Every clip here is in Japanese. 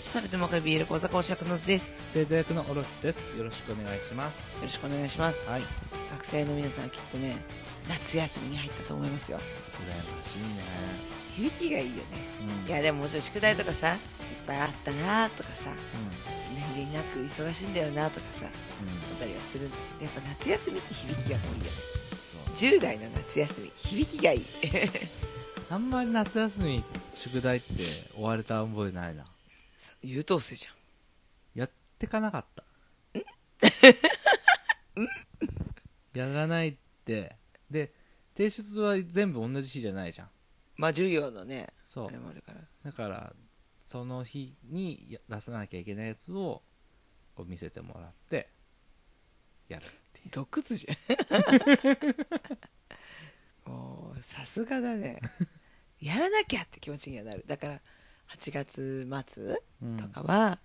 されてもかビール小坂おしゃくのずです。よ生徒役のオロチですよろしくお願いしますろしくお願いします。はい羨学生の皆さんきっとね、夏休みに入ったと思いますよ。ましいね響きがいいよね。うんいや、でももちろん宿題とかさ、いっぱいあったなとかさ、う何気なく忙しいんだよなとかさ、あんうんったりはするんだけどやっぱ夏休みって響きがもういいよね。そう10代の夏休み、響きがいい。 あんまり夏休み宿題って追われた覚えないなさ優等生じゃん。やってかなかったやらないってで提出は全部同じ日じゃないじゃんまあ授業のね、そあうれもあるから。だからその日にや出さなきゃいけないやつをこう見せてもらってやるっていう毒図じゃん もうさすがだねやらなきゃって気持ちにはなるだから8月末うんとかは、わ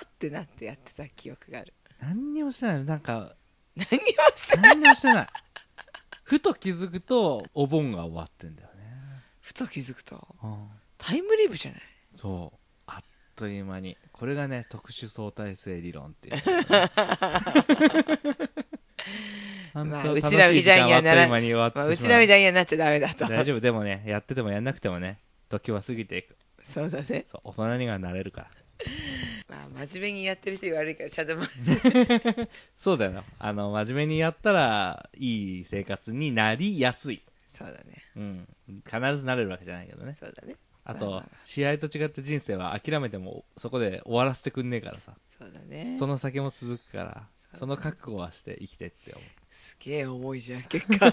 ーってなってやってた記憶がある何にもしてないのなんか何をさ何にもしてないふと気づくとお盆が終わってんだよね、ふと気づくとうんタイムリープじゃないそうあっという間にこれがね特殊相対性理論っていう、 本当まあ楽しいうちらみ時たい間にははあなっとらいう間に終わってまあ、しまううちらみたいにはなっちゃダメだと大丈夫でもねやっててもやんなくてもね時は過ぎていくそうだねそう大人にはなれるからまあ真面目にやってる人が悪いからちゃんと真面そうだよなあの真面目にやったらいい生活になりやすい、目そうだねうん、必ずなれるわけじゃないけどねそうだねあまあとまあ試合と違って人生は諦めてもそこで終わらせてくんねえからさそうだねその先も続くからその覚悟はして生きてって思うすげえ重いじゃん結 果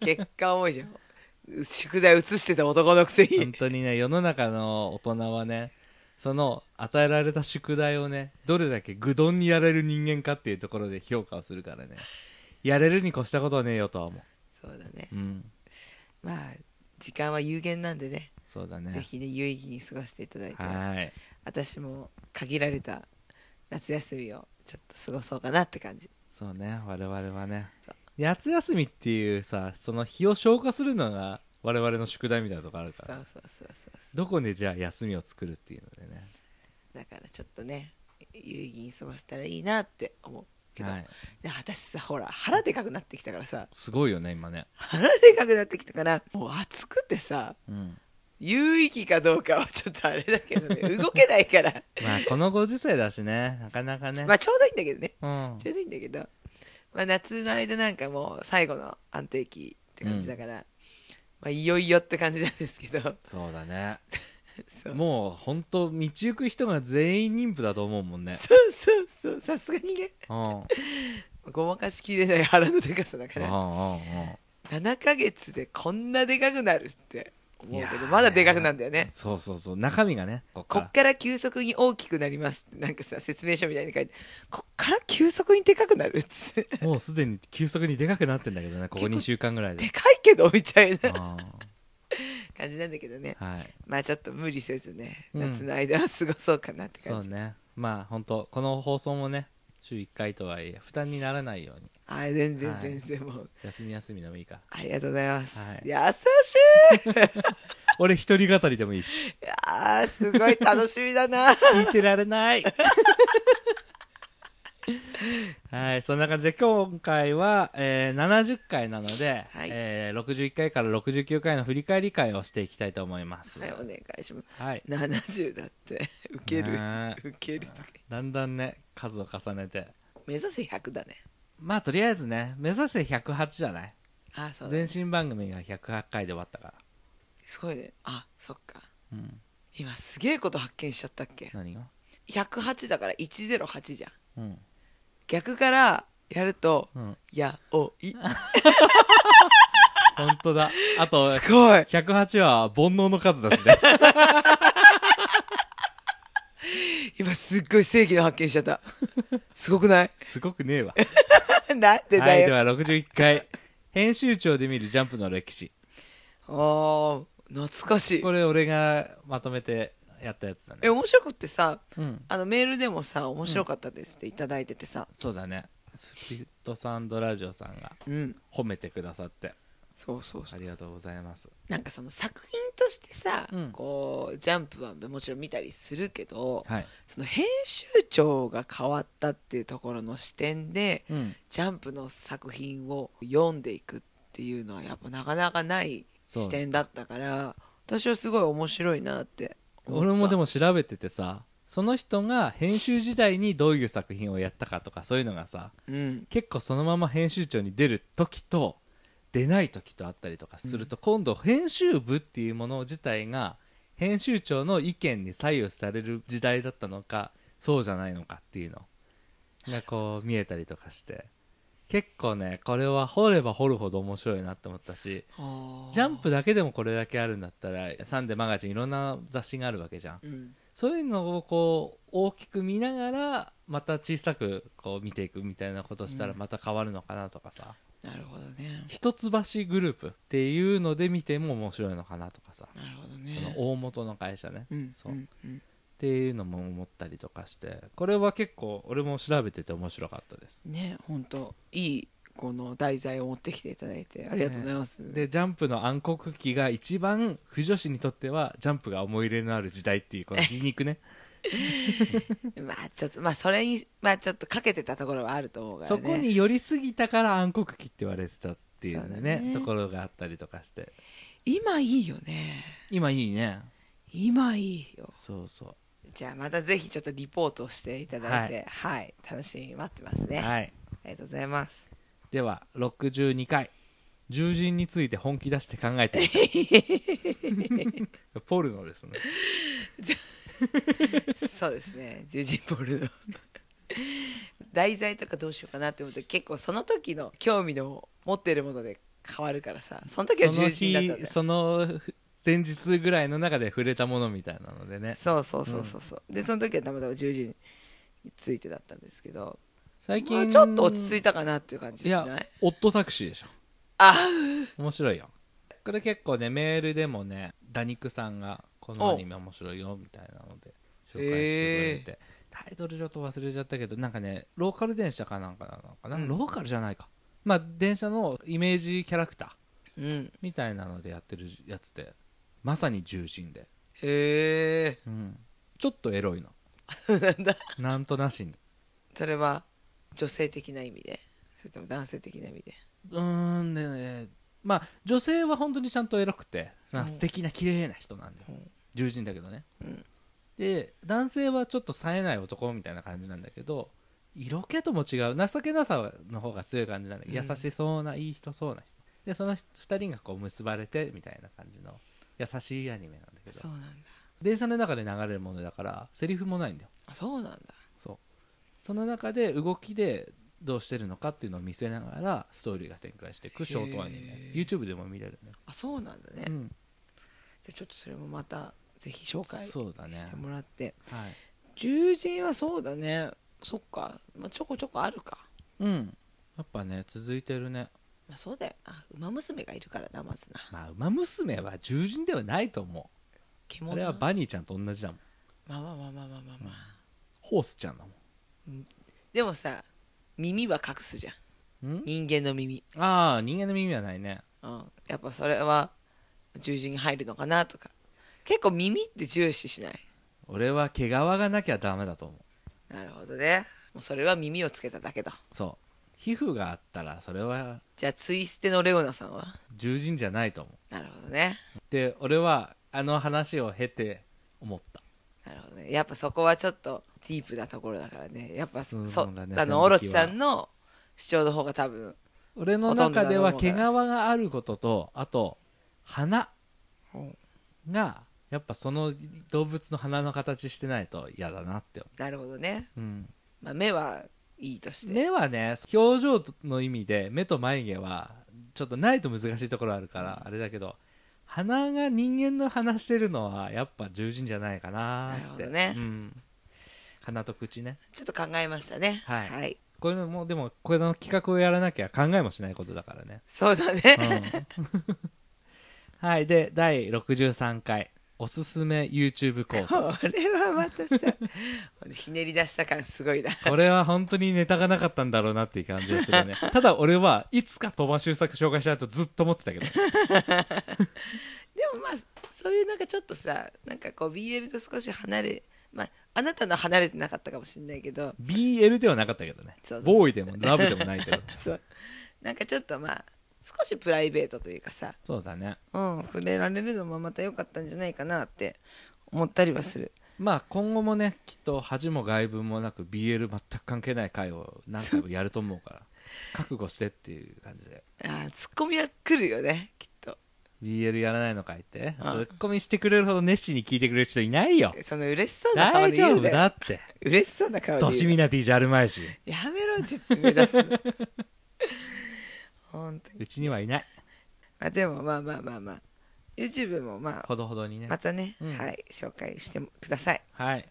結果重いじゃん宿題移してた男のくせ本に当にね世の中の大人はねその与えられた宿題をねどれだけ愚鈍にやれる人間かっていうところで評価をするからねやれるに越したことはねえよとは思そうだねううんまあ時間は有限なんでねそうだぜねひね有意義に過ごしていただいてはい私も限られた夏休みをちょっと過ごそうかなって感じそうね我々はねそう夏休みっていうさその日を消化するのが我々の宿題みたいなとこあるそかうらそうそうそうどこでじゃあ休みを作るっていうのでねだからちょっとね有意義に過ごせたらいいなって思うけど、はいで私さほら腹でかくなってきたからさすごいよね今ね腹でかくなってきたからもう暑くてさうん有意義かどうかはちょっとあれだけど ね動けないからまあこのご時世だしねなかなかねまあちょうどいいんだけどねうんちょうどいいんだけど、まあ、夏の間なんかもう最後の安定期って感じだから、まあ、いよいよって感じなんですけどそうだねそうもう本当道行く人が全員妊婦だと思うもんねそうそうそうさすがにねうんうんごまかしきれない腹のでかさだかうら んうん7ヶ月でこんなでかくなるって思ういけやどーまだでかくなんだよねそうそうそう中身がねこっこかっらから急速に大きくなりますってなんかさ説明書みたいに書いてこっから急速にでかくなるっつ ってもうすでに急速にでかくなってんだけどねここ結構2週間ぐらいででかいけどみたいなうんは感じなんだけどねいまあちょっと無理せずねうん夏の間は過ごそうかなってそ感うじ、ねまあ本当この放送もね週1回とはいえ負担にならないようにあ全然はい全然もう休み休みでもいいからありがとうございます、はい優し俺一人語りでもいいいしいやーすごい楽しみだ な聞いてられない はいそんな感じで今回は、えー70回なので、はいえー61回から69回の振り返り会をしていきたいと思いますはいお願いしますはい70だって受けるねえ受けるとかだんだんね数を重ねて目指せ100だねまあとりあえずね目指せ108じゃないあそうだ前ね身番組が108回で終わったからすごいねあそっかうん今すげえこと発見しちゃったっけ何が108だから108じゃんうん逆からやるとうんやお い本当だあとすごい108は煩悩の数だ しね今すっごい正義の発見しちゃったすごく ないすごくねえわなんではだい、でよ、は61回。編集長で見るジャンプの歴史。 おー懐かしいこれ俺がまとめてやったやつだねえ。面白くってさうん。あのメールでもさ面白かったですっていただいててさそうだね。スピットサンドラジオさんがうん褒めてくださって。そうそうそあうりがとうございますなんかその作品としてさ、うんこうジャンプはもちろん見たりするけど、はい、その編集長が変わったっていうところの視点でうん、ジャンプの作品を読んでいくっていうのはやっぱなかなかない視点だったから私はすごい面白いなって思った俺もでも調べててさその人が編集時代にどういう作品をやったかとかそういうのがさうん結構そのまま編集長に出る時と出ない時とあったりとかすると、今度編集部っていうもの自体が編集長の意見に左右される時代だったのかそうじゃないのかっていうのがこう見えたりとかして結構ねこれは掘れば掘るほど面白いなって思ったしジャンプだけでもこれだけあるんだったら「サンデーマガジン」いろんな雑誌があるわけじゃんうんそういうのをこう大きく見ながらまた小さくこう見ていくみたいなことしたらまた変わるのかなとかさ、なるほどね一橋グループっていうので見ても面白いのかなとかさ、なるほどそねの大元の会社ね、うんそううんうんっていうのも思ったりとかしてこれは結構俺も調べてて面白かったです。ね本当いいこの題材を持ってきていただいてありがとうございます、でジャンプの暗黒期が一番腐女子にとってはジャンプが思い入れのある時代っていうこの皮 肉ねまあちょっとまあそれにまあちょっとかけてたところはあると思うからねそこに寄りすぎたから暗黒期って言われてたっていうそうだねねところがあったりとかして今いいよね今いいね今いいよそうそじゃあまたぜひちょっとリポートしていただいてはい、楽しみに待ってますうね、あはいりがとうございますでは62回獣人について本気出して考えてみ たポルノですねそうですねジュジポルの題材とかどうしようかなって思って結構その時の興味の持ってるもので変わるからさその時はその重心だったんだよ日その前日ぐらいの中で触れたものみたいなのでねそうそうそうそうそう、でその時はたまたま10時についてだったんですけど、最まあ、近ちょっと落ち着いたかなっていう感じいしやないオットタクシーでしょあ面白いよこれ結構ねメールでもねダニクさんがこのアニメ面白いよみたいなので紹介してくれて、タイトルちょっと忘れちゃったけどなんかねローカル電車かなんかなのかな、うんローカルじゃないかまあ電車のイメージキャラクターうんみたいなのでやってるやつでまさに重心で、へえうん、ちょっとエロいのなん だなんとなしにそれは女性的な意味でそれとも男性的な意味でうーんでねまあ女性は本当にちゃんとエロくて、まうあ、ん素敵な綺麗な人なんで、うん獣人だけどね、うんで男性はちょっと冴えない男みたいな感じなんだけど色気とも違う情けなさの方が強い感じなんだけど、うん優しそうないい人そうな人でその2人がこう結ばれてみたいな感じの優しいアニメなんだけどそうなんだ電車の中で流れるものだからセリフもないんだよあそうなんだそうその中で動きでどうしてるのかっていうのを見せながらストーリーが展開していくショートアニメへー YouTube でも見れるね、あそうなんだね、うじゃんあちょっとそれもまたぜひ紹介しそうだねてもらってはい獣人はそうだねそっか、まあ、ちょこちょこあるか、うんやっぱね続いてるねまあ、そうだよな馬娘がいるからなまずなまあ馬娘は獣人ではないと思うあ獣れはまバニーちゃんと同じだもんあまあまあまあまあまあまあ、ホースちゃんだもでもさ耳は隠すじゃんんん人間の耳、ああ人間の耳はないねうん、やっぱそれは十字に入るのかなとか結構耳って重視しない俺は毛皮がなきゃダメだと思うなるほどねもうそれは耳をつけただけだそう皮膚があったらそれはじゃあツイステのレオナさんは獣人じゃないと思うなるほどねで俺はあの話を経て思ったなるほどねやっぱそこはちょっとディープなところだからねやっぱそそそうだねあその時はのオロチさんの主張の方が多分俺の中では毛皮があることとあと鼻がやっぱその動物の鼻の形してないと嫌だなって思なるほどね、う、うん、まあ、目はいいとして、目はね表情の意味で目と眉毛はちょっとないと難しいところあるからあれだけど鼻が人間の鼻してるのはやっぱ獣人じゃないかなってなるほどねうん、鼻と口ねちょっと考えましたねはいはい、こういうのもでもこれの企画をやらなきゃ考えもしないことだからね そうだね、うんはいで第63回おすすめ YouTube 講座これはまたさ ひねり出した感すごいなこれは本当にネタがなかったんだろうなっていう感じですよねただ俺はいつか鳥羽周作紹介したいとずっと思ってたけどでもまあそういうなんかちょっとさなんかこう BL と少し離れまああなたの離れてなかったかもしれないけど BL ではなかったけどねそうそうそうボーイでもラブでもないけどそうなんかちょっとまあ少しプライベートというかさ、 そうだねうん、触れられるのもまた良かったんじゃないかなって思ったりはするまあ今後もねきっと恥も外分もなく BL 全く関係ない回を何回もやると思う から覚悟してっていう感じでああツッコミは来るよねきっと BL やらないのかいってツあッコミしてくれるほど熱心に聞いてくれる人いない よその嬉しそうな顔大で言丈う夫だよだ って嬉しそうな顔でドシ言うミナティじゃあるまいしやめろ実名出すの 本当にうちにはいないあでもまあまあまあまあ YouTube もまあほどほどにねまたね、うんはい紹介してくださいはい、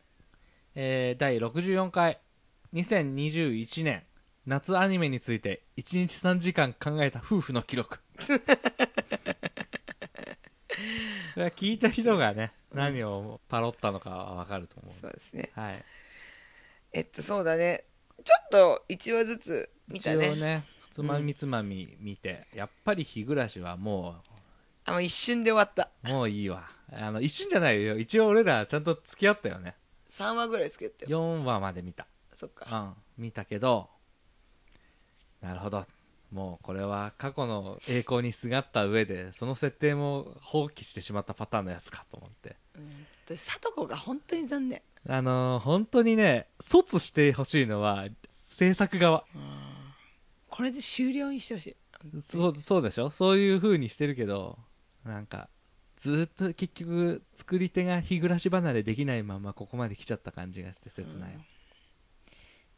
えー、第64回2021年夏アニメについて1日3時間考えた夫婦の 記録これは聞いた人がね何をパロったのかは分かると思そうですねう、はい、えっとそうだねちょっと一話ずつ見一た応ねねつまみつまみ見て、やっぱり日暮らしはもあもう一瞬で終わったうもういいわあの一瞬じゃないよ一応俺らちゃんと付き合ったよね3話ぐらいつけてよ4話まで見たそっかうん、見たけどなるほどもうこれは過去の栄光にすがった上でその設定も放棄してしまったパターンのやつかと思ってで貞子が本当に残念あのー本当にね卒してほしいのは制作側これで終了にしてほしいそうそうでしょそういう風にしてるけどなんかずーっと結局作り手が日暮らし離れできないままここまで来ちゃった感じがして切ない、と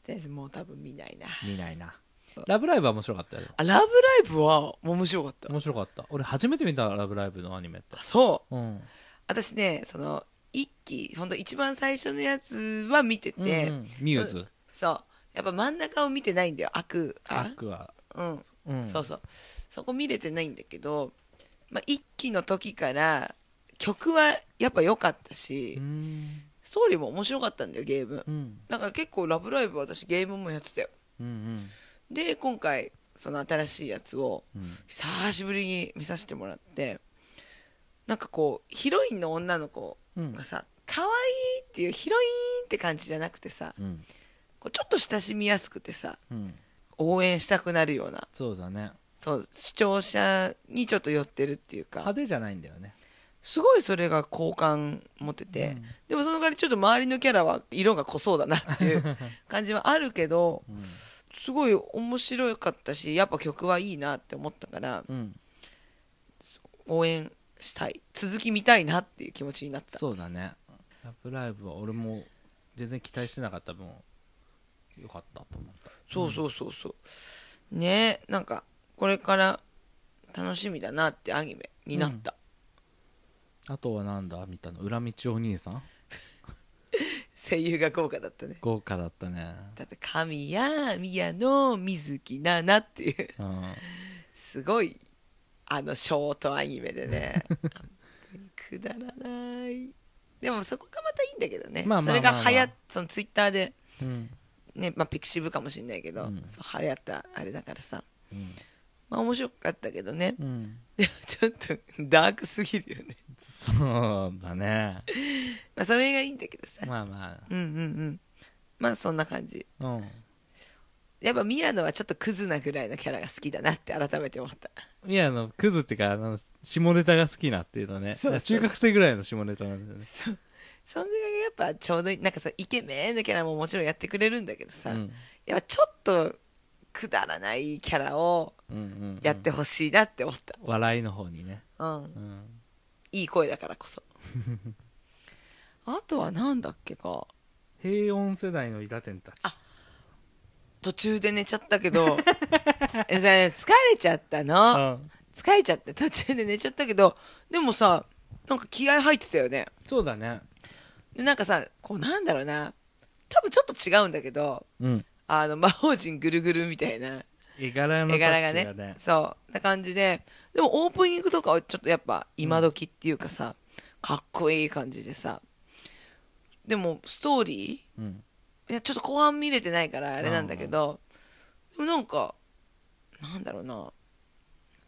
りあえずもう多分見ないな見ないな「ラブライブ!」は面白かったよあラブライブはもう面白かった面白かった俺初めて見た「ラブライブ!」のアニメってあそううん私ねその一期ほんと一番最初のやつは見てて、うんうんミューズそうやっぱ真ん中を見てないんだよ悪アあクア、うん、うん、そうそうそこ見れてないんだけど、まあ、一期の時から曲はやっぱ良かったし、うんストーリーも面白かったんだよゲーム、うんだから結構「ラブライブ!」私ゲームもやってたようんで今回その新しいやつをうん久しぶりに見させてもらってなんかこうヒロインの女の子がさ、可愛いっていうヒロインって感じじゃなくてさうんこうちょっと親しみやすくてさうん応援したくなるようなそうだねそう視聴者にちょっと寄ってるっていうか派手じゃないんだよねすごいそれが好感持てて、でもその代わりちょっと周りのキャラは色が濃そうだなっていう感じはあるけ どすごい面白かったしやっぱ曲はいいなって思ったからうん応援したい続き見たいなっていう気持ちになったそうだね「ラブライブ!」は俺も全然期待してなかった分よかったと思ったそうそうそうそうねえなんかこれから楽しみだなってアニメになった、あとはなんだ見たの裏道お兄さん声優が豪華だったね豪華だったねだって神谷宮野水木奈々っていううんすごいあのショートアニメでね本当にくだらないでもそこがまたいいんだけどね、まあまあまあまあそれが流行っそのツイッターでうんねまあピクシブかもしれないけど、うんそう流行ったあれだからさうんまあ面白かったけどね うんでもちょっとダークすぎるよねそうだねまあそれがいいんだけどさ、まあまうんうんうんまあそんな感じあうんやっぱ宮野はちょっとクズなぐらいのキャラが好きだなって改めて思ったいやあのクズってかあの下ネタが好きなっていうのねそうそう中学生ぐらいの下ネタなんだよねそうそんぐらいやっぱちょうどいいなんかそうイケメンのキャラももちろんやってくれるんだけどさ、うんやっぱちょっとくだらないキャラをうんうんやってほしいなって思っ笑いの方にね、た、うんうん、いい声だからこそあとはなんだっけか平穏世代のイラテンたち途中で寝ちゃったけ どえそれ疲れちゃったのうん、疲れちゃって途中で寝ちゃったけどでもさなんか気合入ってたよねそうだねでなんかさこうなんだろうな多分ちょっと違うんだけどうんあの魔法陣ぐるぐるみたいな絵柄のタ絵ッチが柄ねがねそうな感じででもオープニングとかはちょっとやっぱ今時っていうかさ、かっこいい感じでさでもストーリうんーいやちょっと後半見れてないからあれなんだけどでもなんかなんだろうな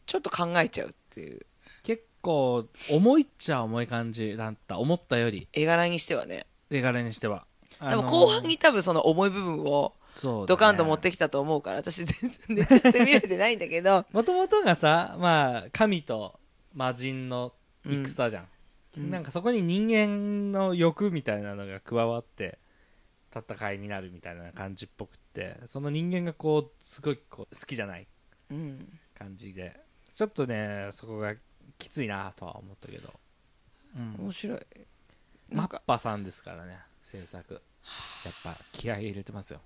ちょっと考えちゃうっていう結構重いっちゃ重い感じだった思ったより絵柄にしてはね絵柄にしては多分あのー後半に多分その重い部分をそうドカンと持ってきたと思うから私全然寝ちゃって見れてないんだけ どもともとがさまあ神と魔人のうん戦じゃん、うんなんかそこに人間の欲みたいなのが加わって戦いになるみたいな感じっぽくってその人間がこうすごいこう好きじゃないうん感じでちょっとねそこがきついなとは思ったけど、うん面白いなマんかッパさんですからね制作やっぱ気合い入れてますよ、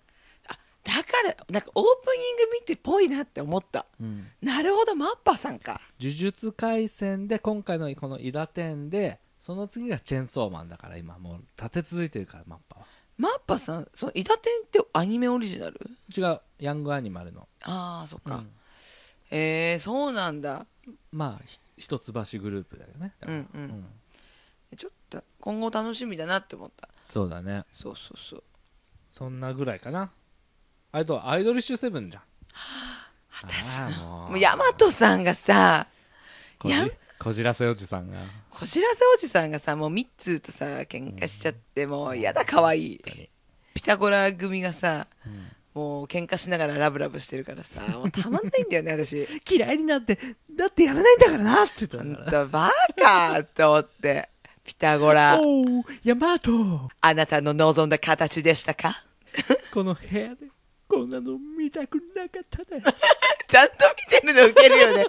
だからなんかオープニング見てぽいなって思ったうん、なるほどマッパさんか呪術廻戦で今回のこの伊賀展でその次がチェーンソーマンだから今もう立て続いてるからマッパはマッパさんその伊達天ってアニメオリジナル違うヤングアニマルの、ああそっか、うんえー、そうなんだまあひ一橋グループだよねだうからんうん、うんちょっと今後楽しみだなって思ったそうだねそうそうそうそんなぐらいかなあとはアイドリッシュセブンじゃん私のあーも うもう大和さんがさこやじこじらせおじさんが本こじらせおじさんがさもうミッツーとさ喧嘩しちゃってもうやだ可愛い当にピタゴラ組がさうんもう喧嘩しながらラブラブしてるからさもうたまんないんだよね私嫌いになってだってやらないんだからなって言ったほんんだとバカって思ってピタゴラおおヤマトあなたの望んだ形でしたか この部屋でこんなの見たくなかったですちゃんと見てるのウケるよ ね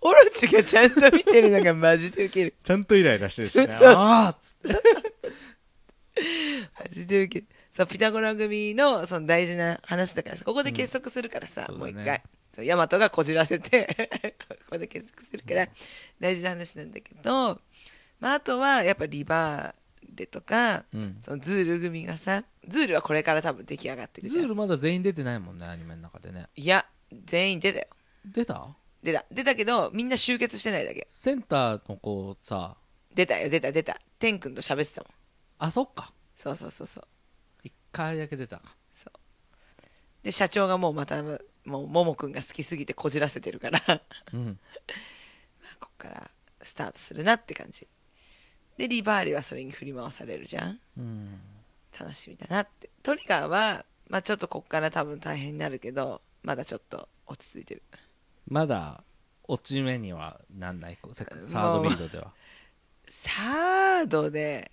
オロチがちゃんと見てるのがマジでウケるちゃんとイライラしてるしね。 そうあーっつって。マジでウケるそうピタゴラ組のその大事な話だからさここで結束するからさ、うんもう一そうだ回ねそうヤマトがこじらせて ここで結束するから大事な話なんだけど、まあ、あとはやっぱリバーレとか、うんそのズール組がさズールはこれから多分出来上がってるじズゃーんルまだ全員出てないもんね、アニメの中でね。いや全員出たよ出た出た出たけどみんな集結してないだけセンターの子さ、出たよ出た出た天君と喋ってたもんあ、そっか。そうそうそうそう一回だけ出たか。そうで社長がもうまたもうももくんが好きすぎてこじらせてるから うん。こっからスタートするなって感じでリバーリはそれに振り回されるじゃんうん。楽しみだなってトリガーはまあちょっとこっから多分大変になるけどまだちょっと落ち着いてるまだ、落ち目にはなんない。セカサードビードでは。サードで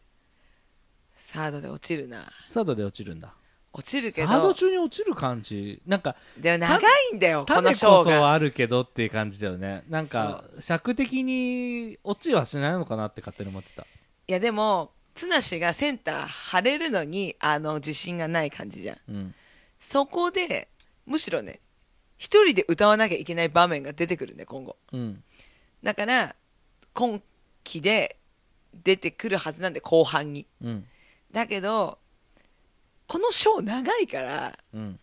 サードで落ちるなサードで落ちるんだ。落ちるサけードど中に落ちる感じ。なんか、でも長いんだよこ種のこショそーがはあるけどっていう感じだよね。なんか、尺的に落ちはしないのかなって勝手に思ってた。いやでも綱氏がセンター張れるのにあの自信がない感じじゃんうん。そこで、むしろね、一人で歌わなきゃいけない場面が出てくるね、今後。うん。だから、今期で出てくるはずなんで、後半に。うん。だけど、このショー長いから、うん。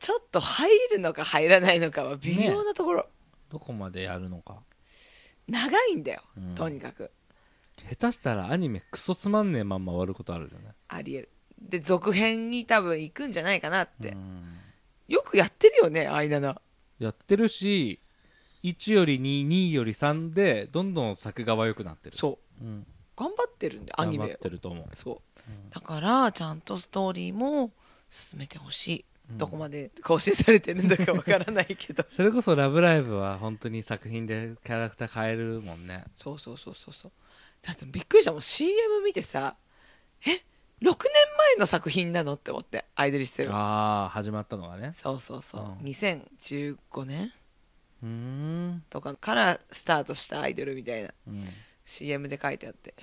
ちょっと入るのか入らないのかは微妙なところ。どこまでやるのか。長いんだよ、うんとにかく。下手したらアニメクソつまんねえまんま終わることあるよねありえる。で、続編に多分行くんじゃないかなって。うんよくやってるよね、アイナナ。やってるし1より22より3でどんどん作画は良くなってるそう。うん頑張ってるんだよ、アニメ頑張ってると思うそう、だからちゃんとストーリーも進めてほしい、どこまで 更新されてるのかわからないけ どそれこそ「ラブライブ!」は本当に作品でキャラクター変えるもんねそうそうそうそうそうだってびっくりしたもん CM 見てさえ6年前の作品なのって思ってアイドリッシュセブンああ始まったのはねそうそうそう、うん2015年うーんとかからスタートしたアイドルみたいなうん CM で書いてあってえ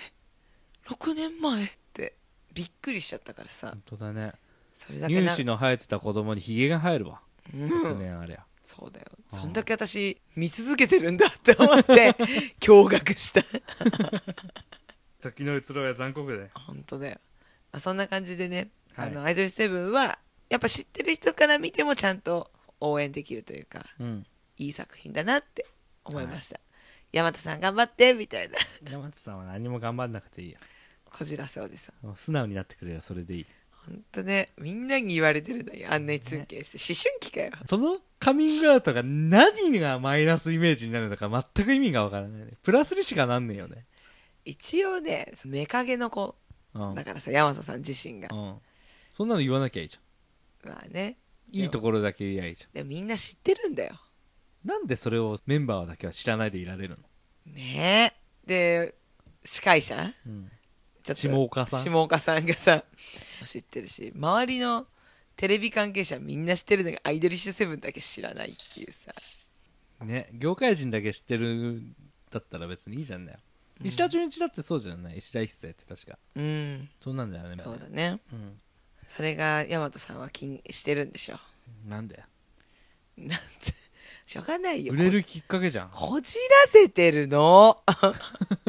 6年前ってびっくりしちゃったからさ本当だねそれだけ乳な歯の生えてた子供にヒゲが生えるわうん6年ありゃそうだよ。そんだけ私、見続けてるんだって思 って、驚愕した。時の移ろいは残酷で本当だよ。まあ、そんな感じでね、はいあの、アイドルセブンは、やっぱ知ってる人から見てもちゃんと応援できるというか、うんいい作品だなって思いました。い、山田さん頑張ってみたいな 山内さんは何も頑張んなくていいよこじらせおじさんもう素直になってくれればそれでいいほんとねみんなに言われてるのにあんなにツンケンして、思春期かよそのカミングアウトが何がマイナスイメージになるのか全く意味がわからないねプラスにしかなんねえよね一応ねその目影の子うん、だからさ山田さん自身がうん、そんなの言わなきゃいいじまあねゃんいいところだけ言えばいいじゃでもみんな知ってるんだよんなんでそれをメンバーだけは知らないでいられるの、ねえで司会者うん、ちょっと下岡さん下岡さんがさ知ってるし周りのテレビ関係者みんな知ってるのにアイドリッシュセブンだけ知らないっていうさね業界人だけ知ってるだったら別にいいじゃんだよ、石田純一だってそうじゃない石田一生って確かうんそんなんだよねそうだねうん、それが大和さんは気にしてるんでしょなんだよ なんてしょうがないよ売れるきっかけじゃんここじらせてるの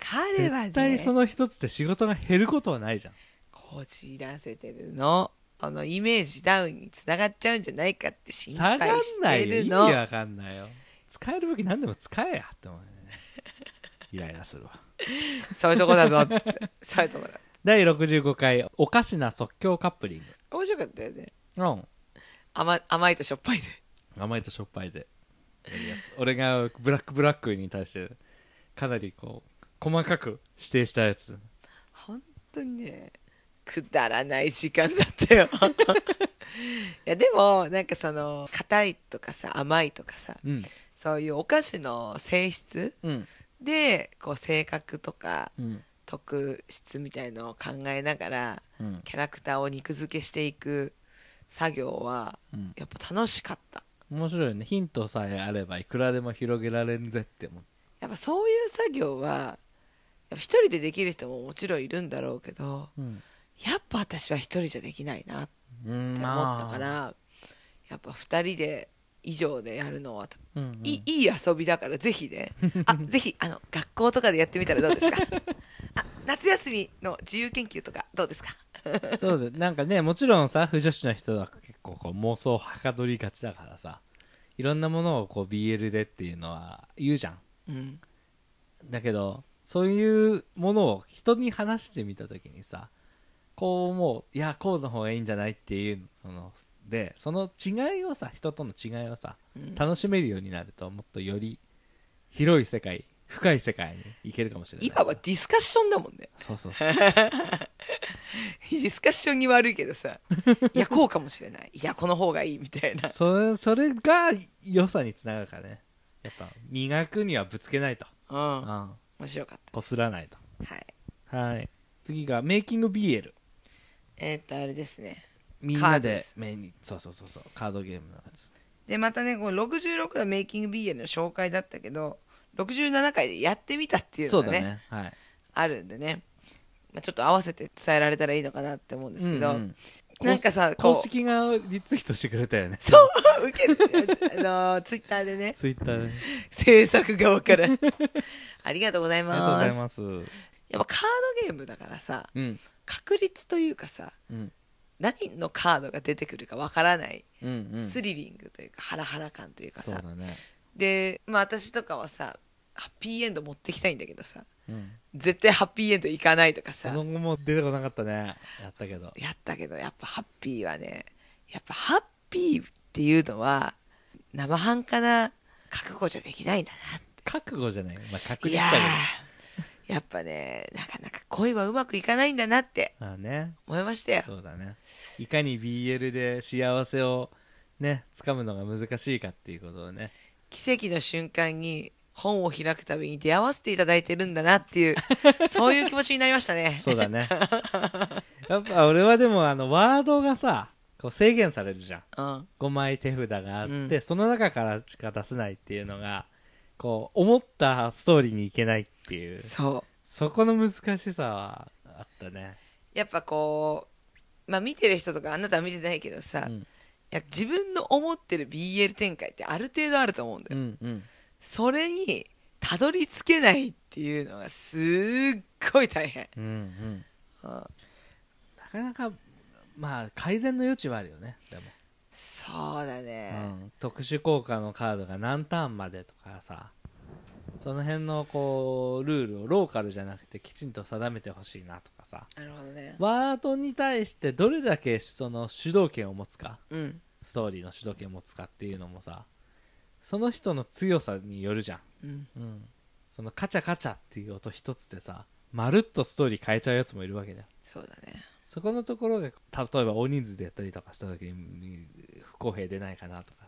彼は絶対ねその一つで仕事が減ることはないじゃんこじらせてるのあのイメージダウンにつながっちゃうんじゃないかって心配下がんなしていよる意味のわかんないよ使える武器何でも使えやって思うよねイライラするわそういうとこだぞってそういうとこだ第65回おかしな即興カップリン面白かったよねグうん甘甘いとしょっぱいで甘いとしょっぱいでやるやつ俺がブラックブラックに対してかなりこう細かく指定したやつ本当にねくだらない時間だったよ いやでもなんかその硬いとかさ甘いとかさうんそういうお菓子の性質うんでこう性格とかうん特質みたいのを考えながらうんキャラクターを肉付けしていく作業はうんやっぱ楽しかった面白いよねヒントさえあればいくらでも広げられんぜって思うやっぱそういう作業はやっぱ一人でできる人ももちろんいるんだろうけどうんやっぱ私は一人じゃできないなっって思まっあたから、やっぱ2人で以上でやるのは、うんうんいいい遊びだからぜひね あぜひあの学校とかでやってみたらどうですかあ夏休みの自由研究とかどうですかそうですなんかねもちろんさ不女子の人は結構こう妄想をはかどりがちだからさいろんなものをこう BL でっていうのは言うじゃんうんだけどそういうものを人に話してみた時にさこうもういやこうの方がいいんじゃないっていうのでその違いをさ人との違いをさうん楽しめるようになるともっとより広い世界深い世界に行けるかもしれない今はディスカッションだもんねそうそうそうディスカッションに悪いけどさいやこうかもしれないいやこの方がいいみたいなそれそれが良さにつながるからねやっぱ磨くにはぶつけないと、ううんん、面白かっこすらないとたはいはい次がメイキング BL えーっとあれですねみんなでメインそうそうそうそうカードゲームのやつでまたねこの66はメイキング BL の紹介だったけど67回でやってみたっていうのそうがだねねはいあるんでね、まあ、ちょっと合わせて伝えられたらいいのかなって思うんですけど、うんうんなんかさこう公式がリツイートしてくれたよねそう 受けてあのツイッターでねツイッターで制作側から ありがとうございありがとうごまざすいますうやっぱカードゲームだからさん確率というかさうん何のカードが出てくるかわからない、うんうんスリリングというかハラハラ感というかそうさだねで、まあ、私とかはさハッピーエンド持ってきたいんだけどさうん絶対ハッピーエンドいかないとかそさの後も出てこなかったねやったけどやったけどやっぱハッピーはねやっぱハッピーっていうのは生半可な覚悟じゃできないんだなっ覚悟じゃないまあ確てい認やだけどーやっぱねなかなか恋はうまくいかないんだなってああね思いましたよそうだねいかに BL で幸せをね掴むのが難しいかっていうことをね奇跡の瞬間に本を開くたびに出会わせていただいてるんだなって いうそういう気持ちになりましたねそう だねやっぱ俺はでもあのワードがさこう制限されるじゃんうん5枚手札があって、うんその中からしか出せないっていうのがこう思ったストーリーにいけないっていうそうそこの難しさはあったねやっぱこう、まあ、見てる人とかあなたは見てないけどさ、うんいや自分の思ってる BL 展開ってある程度あると思うんだよ、んうんそれにたどり着けないっていうのがすっごい大変うんうんうんなかなかまあ改善の余地はあるよねでもそうだね、特殊効果のカードが何ターンまでとかさその辺のこうルールをローカルじゃなくてきちんと定めてほしいなとかさなるほどねワードに対してどれだけその主導権を持つかうんストーリーの主導権を持つかっていうのもさその人の強さによるじゃん、うんそのカチャカチャっていう音一つでさまるっとストーリー変えちゃうやつもいるわけじゃんそうだねそこのところが例えば大人数でやったりとかした時に不公平出ないかなとか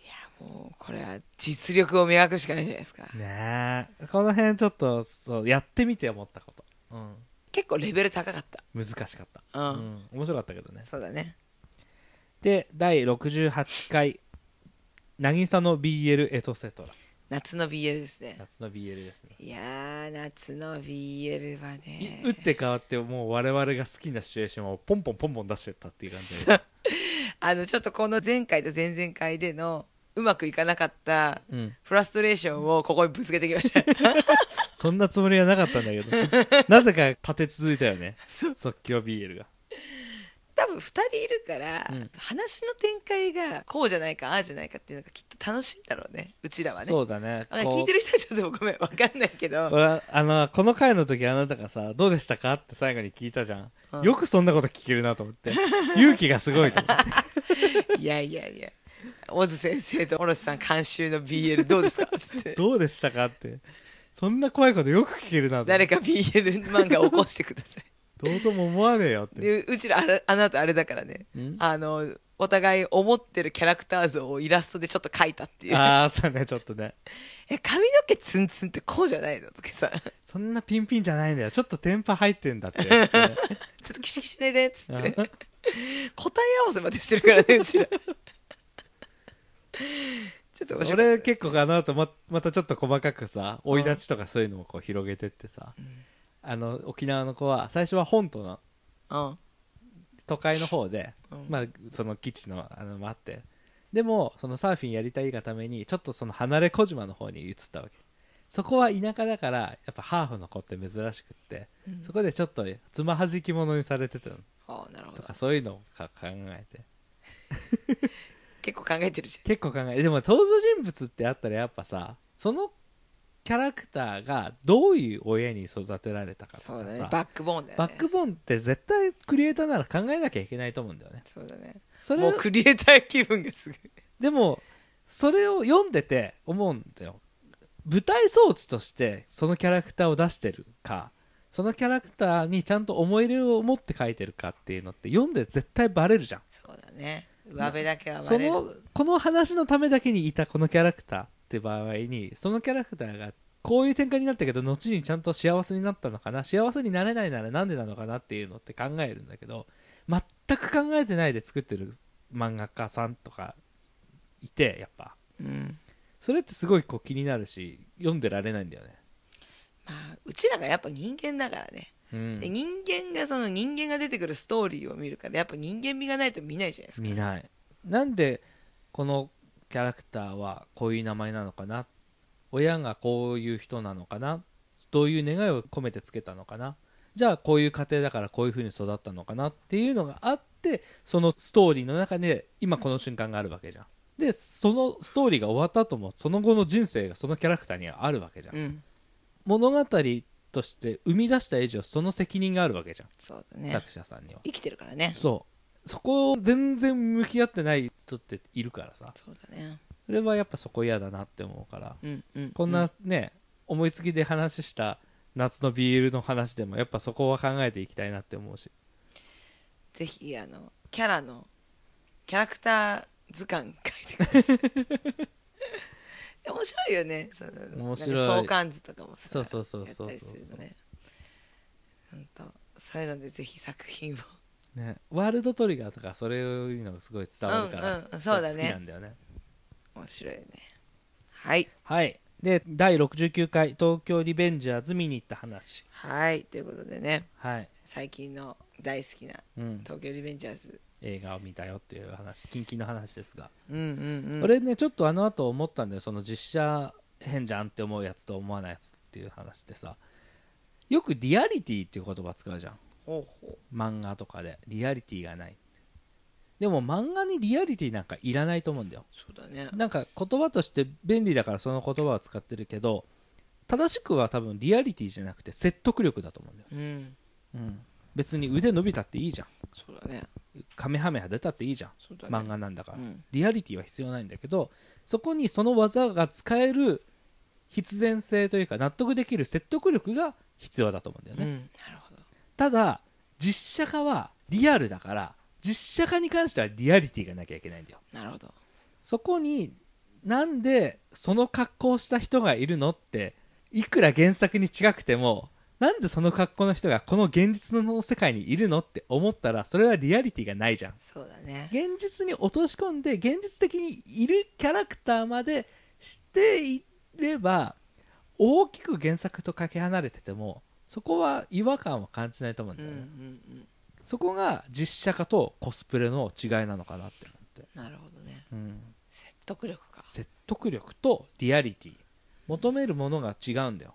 いやもうこれは実力を磨くしかないじゃないですかねえこの辺ちょっとそうやってみて思ったこと、結構レベル高かっ難しかった、たうん、うん面白かったけどねそうだねで第68回「渚の BL エトセトラ夏の BL です」ね夏の BL ですねいやー夏の BL はね打って変わってもう我々が好きなシチュエーションをポンポンポンポン出してったっていう感じそうあのちょっとこの前回と前々回でのうまくいかなかったうんフラストレーションをここにぶつけてきました そんなつもりはなかったんだけどなぜ か立て続いたよねそう即興 BL が多分2人いるから、うん話の展開がこうじゃないかああじゃないかっていうのがきっと楽しいんだろうねうちらはねそうだねあこう聞いてる人はちょっとごめんわかんないけど 俺はあのこの回の時あなたがさ「どうでしたか?」って最後に聞いたじゃん、うんよくそんなこと聞けるなと思って 勇気がすごいと思っていやいやいやオズ先生とオロスさん監修の BL どうですかつ ってどうでしたかってそんな怖いことよく聞けるなと思っ誰てか BL 漫画起こしてくださいどうとも思わねえよってでうちらあれあの後あれだからねんあのお互い思ってるキャラクター像をイラストでちょっと描いたっていうあーあったねちょっとねえ髪の毛ツンツンってこうじゃないのとかさ ちそんなピンピンじゃないんだよちょっとテンパ入ってんだってやつねょっとキシキシねでっつってうん 答え合わせまでしてるからねうち らちょっと面そ白いれ結構あの後ままたちょっと細かくさ生い立ちとかそういうのもこう広げてってさ、あの沖縄の子は最初は本島のうん都会の方で、うんまあ、その基地のあのもあってでもそのサーフィンやりたいがためにちょっとその離れ小島の方に移ったわけそこは田舎だからやっぱハーフの子って珍しくって、そこでちょっとつまはじき者にされてたのああなるほとどかそういうのをか考えて結構考えてるじ結構考えでも登場人物ってあったらやっぱさそのキャラクターがどういう親に育てられたゃかんとそうかださ、ねバックボーンだよねバックボーンって絶対クリエイターなら考えなきゃいけないと思うんだよねそうだねそれもうクリエイター気分がすごいでもそれを読んでて思うんだよ舞台装置としてそのキャラクターを出してるかそのキャラクターにちゃんと思い入れを持って書いてるかっていうのって読んで絶対バレるじゃんそうだね上辺だけはそバレるのこの話のためだけにいたこのキャラクターって場合にそのキャラクターがこういう展開になったけど後にちゃんと幸せになったのかな幸せになれないならなんでなのかなっていうのって考えるんだけど全く考えてないで作ってる漫画家さんとかいてやっぱうんそれってすごいこう気になるし読んでられないんだよね、まあうちらがやっぱ人間だからねうんで人間がその人間が出てくるストーリーを見るからやっぱ人間味がないと見ないじゃないですか見ないなんでこのキャラクターはこういう名前なのかな親がこういう人なのかなどういう願いを込めてつけたのかなじゃあこういう家庭だからこういうふうに育ったのかなっていうのがあってそのストーリーの中で今この瞬間があるわけじゃんでそのストーリーが終わった後もその後の人生がそのキャラクターにはあるわけじゃん、うん物語として生み出した以上その責任があるわけじゃん、そうだね作者さんには生きてるからねそうそこを全然向き合ってない人っているからさそうだねそれはやっぱそこ嫌だなって思うからうんうんこんうなね、思いつきで話した夏の BL の話でもやっぱそこは考えていきたいなって思うしぜひあのキャラのキャラクター図鑑書いてくだ さい面白いよねその面白いなんか相関図とかもさそうそうそうそうそうやったりするのねほんとそういうのでぜひ作品をねワールドトリガーとかそれいうのがすごい伝わるから、うんうんそうだね好きなんだよね面白いよねはいはいで第69回東京リベンジャーズ見に行った話はいということでねはい、最近の大好きなうん、東京リベンジャーズ映画を見たよっていう話近々の話ですがうんうんうん俺ねちょっとあの後思ったんだよその実写変じゃんって思うやつと思わないやつっていう話ってさよくリアリティっていう言葉使うじゃんほうほ漫画とかでリアリティがないでも漫画にリアリティなんかいらないと思うんだようそうだねなんか言葉として便利だからその言葉を使ってるけど正しくは多分リアリティじゃなくて説得力だと思うんだよ、うん別に腕伸びたっていいじゃんそうだねカメハメハ出たっていいじゃんそうだね漫画なんだから、うんリアリティは必要ないんだけどそこにその技が使える必然性というか納得できる説得力が必要だと思うんだようね、んなるほどただ実写化はリアルだから実写化に関してはリアリティがなきゃいけないんだよなるほどそこになんでその格好をした人がいるのっていくら原作に違くてもなんでその格好の人がこの現実の世界にいるのって思ったらそれはリアリティがないじゃんそうだね現実に落とし込んで現実的にいるキャラクターまでしていれば大きく原作とかけ離れててもそこは違和感は感じないと思ううんんだうよんね、うんそこが実写化とコスプレの違いなのかなって思って、なるほどねうん、説得力か説得力とリアリティ求めるものが違うんだよ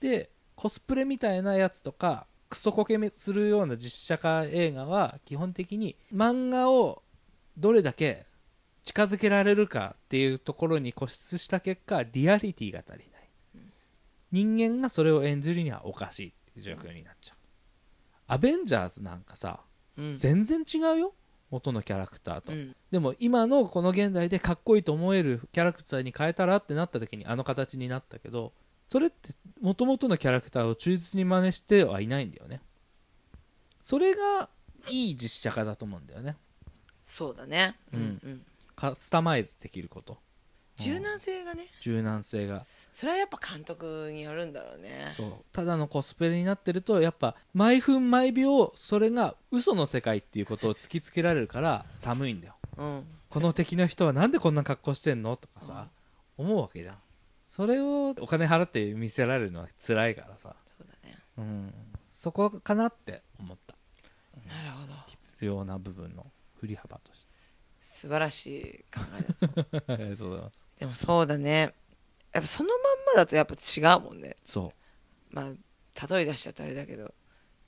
でコスプレみたいなやつとかクソコケするような実写化映画は基本的に漫画をどれだけ近づけられるかっていうところに固執した結果リアリティが足りない人間がそれを演じるにはおかしいっていう状況になっちゃうアベンジャーズなんかさうん全然違うよ元のキャラクターとうんでも今のこの現代でかっこいいと思えるキャラクターに変えたらってなった時にあの形になったけどそれって元々のキャラクターを忠実に真似してはいないんだよねそれがいい実写化だと思うんだよねそうだねううんんうんカスタマイズできること柔軟性がね柔軟性がそれはやっぱ監督によるんだろうねそうただのコスプレになってるとやっぱ毎分毎秒それが嘘の世界っていうことを突きつけられるから寒いんだようんこの敵の人はなんでこんな格好してんのとかさ、思うわけじゃんそれをお金払って見せられるのは辛いからさ、そうだねうん、そこかなって思ったなるほど必要な部分の振り幅とし素晴らしい考えだてあ りがとうございますでもそうだねやっぱそのまんまだとやっぱ違うもんねそうまあ例え出しちゃうとあれだけど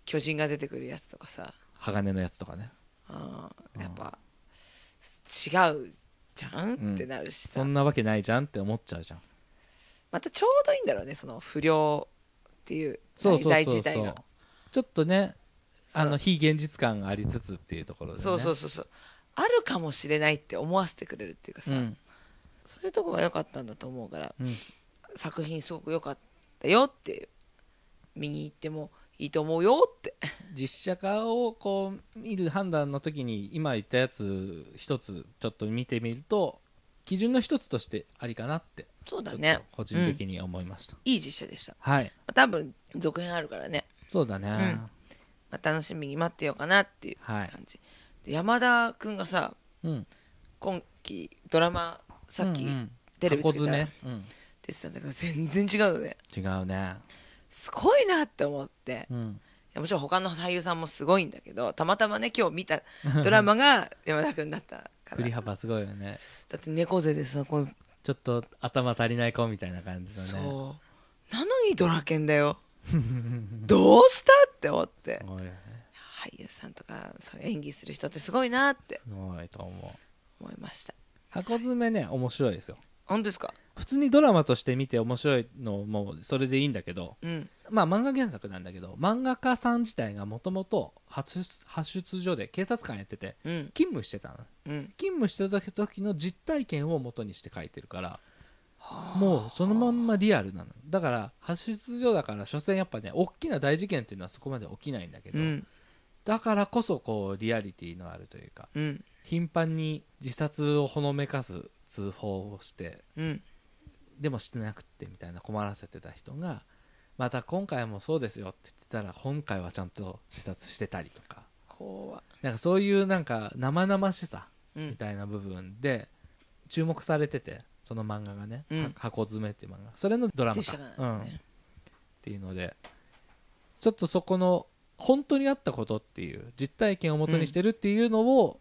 巨人が出てくるやつとかさ鋼のやつとかねあうんーやっぱ違うじゃん、うんってなるしさそんなわけないじゃんって思っちゃうじゃんまたちょうどいいんだろうねその不良っていうそう題そう材そう自体そがうちょっとねそうあの非現実感がありつつっていうところで、ね、そうそうそうそうあるかもしれないって思わせてくれるっていうかさ、うんそういうとこが良かったんだと思うからうん作品すごく良かったよっていう見に行ってもいいと思うよって実写化をこう見る判断の時に今言ったやつ一つちょっと見てみると基準の一つとしてありかなってそうだちょねっと個人的に思いました、いい実写でしたはい多分続編あるからね、そうだね、んまあ、楽しみに待ってようかなっていうはい感じ、で山田君がさうん今期ドラマさっきうんうんテレビつけたら箱詰出てたんだけど全然違うのねめうん違うね、すごいなって思っていうん、やもちろん他の俳優さんもすごいんだけどたまたまね今日見た ドラマが山田君だったから振りだ幅すごいよねって猫背でさこのちょっと頭足りない子みたいな感じのねそうなのにドラケンだ よどうしたって思ってすごいよね俳優さんとかそう演技する人ってすごいなってすごいと思う思いました箱詰めね面白いですよ本当ですか普通にドラマとして見て面白いのもそれでいいんだけどうんまあ漫画原作なんだけど漫画家さん自体がもともと発出発出所で警察官やっててうん勤務してたのうん勤務してた時の実体験を元にして書いてるからもうそのまんまリアルなのだから発出所だから所詮やっぱね大きな大事件っていうのはそこまで起きないんだけど、うんだからこそこうリアリティのあるというかうん頻繁に自殺をほのめかす通報をしてうんでもしてなくってみたいな困らせてた人がまた今回もそうですよって言ってたら今回はちゃんと自殺してたりとかこうなんかそういうなんか生々しさうんみたいな部分で注目されててその漫画がね「うんは箱詰め」っていう漫画それのドラマ実化、写化うだんっねていうのでちょっとそこの本当にあったことっていう実体験を元にしてるっていうのを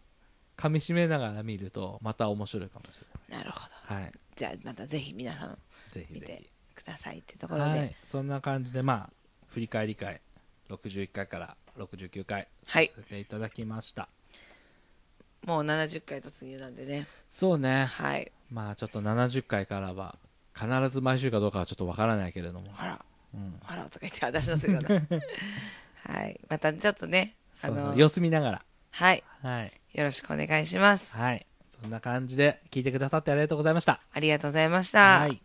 かみしめながら見るとまた面白いかもしれなるほどない、はい、じゃあまたぜひ皆さんぜひ見ぜひて。くださいってところでは、はいそんな感じでまあ振り返り会61回から69回さはいせていただきました、もう70回突入なんでねそうねはいまあちょっと70回からは必ず毎週かどうかはちょっとわからないけれども、あら、うんあらとか言って、私のせいだ な。はい。またちょっとね、あそうそのう、様子見ながらはい。はい、よろしくお願いします。はい、そんな感じで聞いてくださってありがとうございましたありがとうございました。はい